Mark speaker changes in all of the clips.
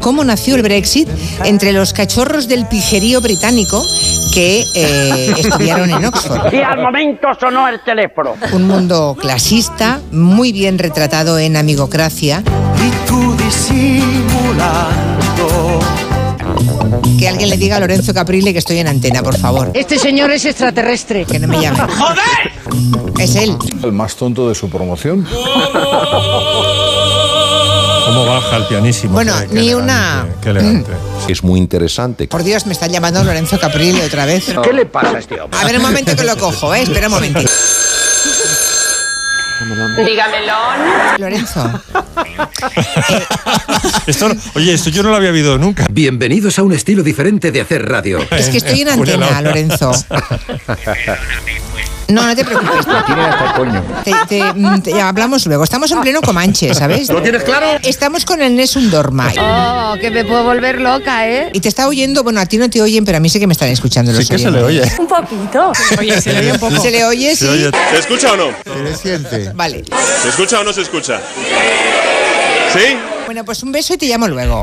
Speaker 1: cómo nació el Brexit entre los cachorros del pijerío británico que eh, estudiaron en Oxford.
Speaker 2: Y al momento sonó el teléfono.
Speaker 1: Un mundo clasista, muy bien retratado en Amigocracia.
Speaker 3: Y tú disimulando.
Speaker 1: Que alguien le diga a Lorenzo Caprile que estoy en antena, por favor.
Speaker 4: Este señor es extraterrestre.
Speaker 1: Que no me llame. ¡Joder! Es él.
Speaker 5: El más tonto de su promoción.
Speaker 6: ¿Cómo baja el pianísimo?
Speaker 1: Bueno,
Speaker 6: Qué- qué
Speaker 1: ni
Speaker 6: elegante,
Speaker 1: una-
Speaker 6: Qué elegante.
Speaker 7: Mm.
Speaker 8: Es muy interesante.
Speaker 1: Por Dios, me está llamando Lorenzo Caprile otra vez.
Speaker 2: ¿Qué le pasa a este hombre?
Speaker 1: A ver un momento que lo cojo, ¿eh? Espera un momento.
Speaker 9: Dígamelo.
Speaker 1: Lorenzo.
Speaker 6: Esto no- oye, esto yo no lo había visto nunca.
Speaker 10: Bienvenidos a un estilo diferente de hacer radio.
Speaker 1: Es que estoy en
Speaker 6: Julia
Speaker 1: antena,
Speaker 6: Laura.
Speaker 1: Lorenzo. No, no te preocupes. Te, te- mm, te- hablamos luego. Estamos en pleno Comanche, ¿sabes? ¿Lo tienes claro? Estamos con el Nessun Dorma.
Speaker 4: Oh, que me puedo volver loca, ¿eh?
Speaker 1: Y te está oyendo, bueno, a ti no te oyen, pero a mí sí que me están escuchando. Los
Speaker 6: Sí que se le oye.
Speaker 9: Un poquito.
Speaker 4: Oye, se le dio un poco.
Speaker 1: ¿Se le oye? Sí.
Speaker 6: Se oye.
Speaker 11: ¿Se escucha o no?
Speaker 1: Vale.
Speaker 11: ¿Se escucha o no se escucha? ¿Sí?
Speaker 1: Bueno, pues un beso y te llamo luego.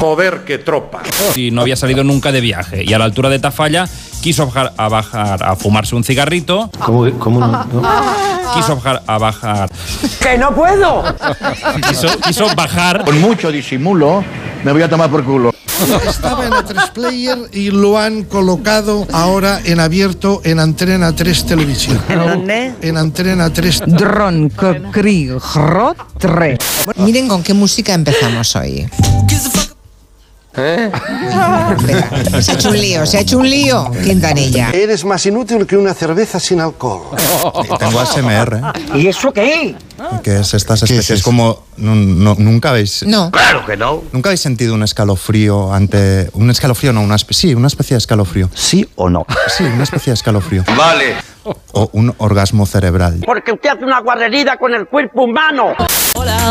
Speaker 3: Joder, qué tropa.
Speaker 7: y no había salido nunca de viaje. Y a la altura de Tafalla quiso bajar a, bajar a fumarse un cigarrito. ¿Cómo, no? Quiso bajar a bajar.
Speaker 2: ¡Que no puedo!
Speaker 7: Quiso, quiso bajar.
Speaker 5: Con mucho disimulo, me voy a tomar por culo.
Speaker 10: Estaba en A3 Player y lo han colocado ahora en abierto en Antena 3 Televisión. ¿En dónde? En Antena 3.
Speaker 4: Dron, cri, rotre.
Speaker 1: Bueno, miren con qué música empezamos hoy. Venga, Se ha hecho un lío, se ha hecho un lío. Quintanilla.
Speaker 10: Eres más inútil que una cerveza sin alcohol.
Speaker 5: Tengo ASMR,
Speaker 2: ¿Y eso qué?
Speaker 5: ¿eh? que es estas especies como... no- no- nunca habéis...
Speaker 1: No.
Speaker 2: Claro que no.
Speaker 5: ¿Nunca habéis sentido un escalofrío ante... Un escalofrío, no, una espe- sí, una especie de escalofrío.
Speaker 8: ¿Sí o no?
Speaker 5: Sí, una especie de escalofrío.
Speaker 3: Vale.
Speaker 5: O un orgasmo cerebral.
Speaker 2: Porque usted hace una guarrería con el cuerpo humano.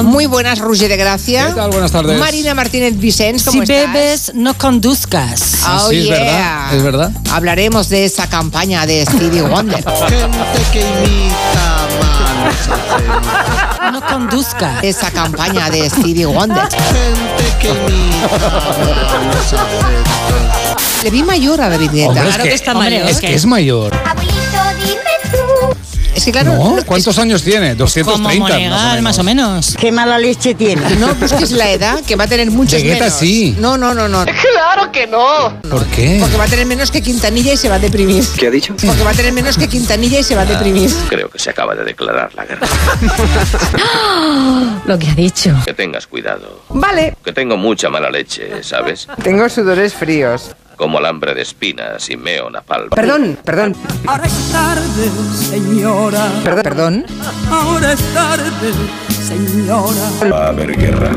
Speaker 1: Muy buenas, Ruge de Gracia.
Speaker 10: ¿Qué tal? Buenas tardes.
Speaker 1: Marina Martínez Vicens, ¿cómo estás?
Speaker 4: no conduzcas.
Speaker 1: Oh,
Speaker 10: Sí, es
Speaker 1: yeah.
Speaker 10: verdad, es verdad.
Speaker 1: Hablaremos de esa campaña de Stevie Wonder.
Speaker 10: Gente que imita
Speaker 4: No conduzcas.
Speaker 1: De esa campaña de Stevie Wonder.
Speaker 10: Gente que imita
Speaker 1: Le vi mayor a David Guetta.
Speaker 10: Hombre, es
Speaker 1: Claro
Speaker 10: que-
Speaker 1: que está
Speaker 4: hombre,
Speaker 1: mayor.
Speaker 10: Es que es mayor.
Speaker 9: Abuelito, dime tú.
Speaker 1: Es que claro,
Speaker 10: ¿No?
Speaker 1: no,
Speaker 10: ¿Cuántos años tiene? 230. más o menos.
Speaker 2: Qué mala leche tiene.
Speaker 1: no busques la edad, que va a tener muchos
Speaker 10: De Guetta
Speaker 1: menos.
Speaker 10: sí.
Speaker 1: No, no, no, no.
Speaker 9: Claro que no.
Speaker 10: ¿Por qué?
Speaker 1: Porque va a tener menos que Quintanilla y se va a deprimir.
Speaker 8: ¿Qué ha dicho?
Speaker 1: Porque va a tener menos que Quintanilla y se va a deprimir.
Speaker 8: Creo que se acaba de declarar la guerra.
Speaker 4: Lo que ha dicho.
Speaker 8: Que tengas cuidado.
Speaker 1: Vale.
Speaker 8: Que tengo mucha mala leche, ¿sabes?
Speaker 1: Tengo sudores fríos.
Speaker 8: Como alambre de espinas y meo napalm.
Speaker 1: Perdón, perdón. Ahora es tarde, señora. Perdón, perdón.
Speaker 8: Va a haber guerra.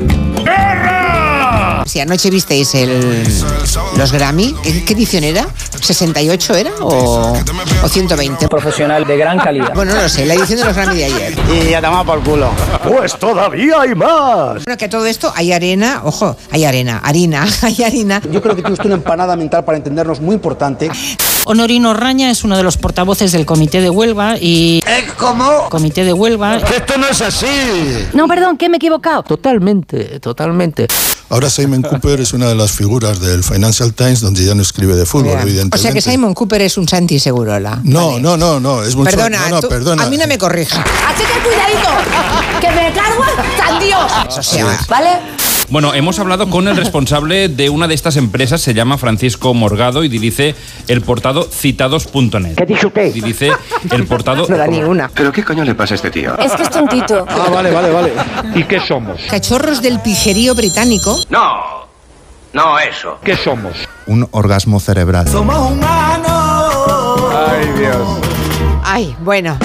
Speaker 1: Si anoche visteis el, los Grammy, ¿qué, qué edición era? ¿68 era o, o 120?
Speaker 2: Profesional de gran calidad.
Speaker 1: Bueno, no lo sé, la edición de los Grammy de ayer.
Speaker 2: Y ya tomado por culo.
Speaker 3: Pues todavía hay más.
Speaker 1: Bueno, que a todo esto hay arena, ojo, hay arena, harina, hay harina.
Speaker 10: Yo creo que tienes una empanada mental para entendernos muy importante.
Speaker 4: Honorino Raña es uno de los portavoces del Comité de Huelva y... ¿Cómo? Comité de Huelva.
Speaker 3: Esto no es así.
Speaker 4: No, perdón, que me he equivocado.
Speaker 8: Totalmente, totalmente.
Speaker 10: Ahora Simon Cooper es una de las figuras del Financial Times donde ya no escribe de fútbol, evidentemente.
Speaker 1: O sea que Simon Cooper es un Santi Segurola.
Speaker 10: No, no, no, no, es mucho.
Speaker 1: Perdona,
Speaker 10: no, no,
Speaker 1: tú-
Speaker 10: perdona.
Speaker 1: a mí no me corrija.
Speaker 9: Así que cuidadito. Que me cargo tan Dios.
Speaker 1: O sea,
Speaker 9: ¿Vale?
Speaker 7: Bueno, hemos hablado con el responsable de una de estas empresas, se llama Francisco Morgado y dirige el portado citados.net.
Speaker 2: ¿Qué dice usted?
Speaker 7: Dirige el portado.
Speaker 1: una.
Speaker 8: ¿Pero qué coño le pasa a este tío?
Speaker 9: Es que es tontito.
Speaker 10: Ah, vale, vale, vale.
Speaker 3: ¿Y qué somos?
Speaker 1: Cachorros del pijerío británico.
Speaker 8: No, no eso.
Speaker 3: ¿Qué somos?
Speaker 5: Un orgasmo cerebral.
Speaker 3: Ay, Dios.
Speaker 1: Ay, bueno.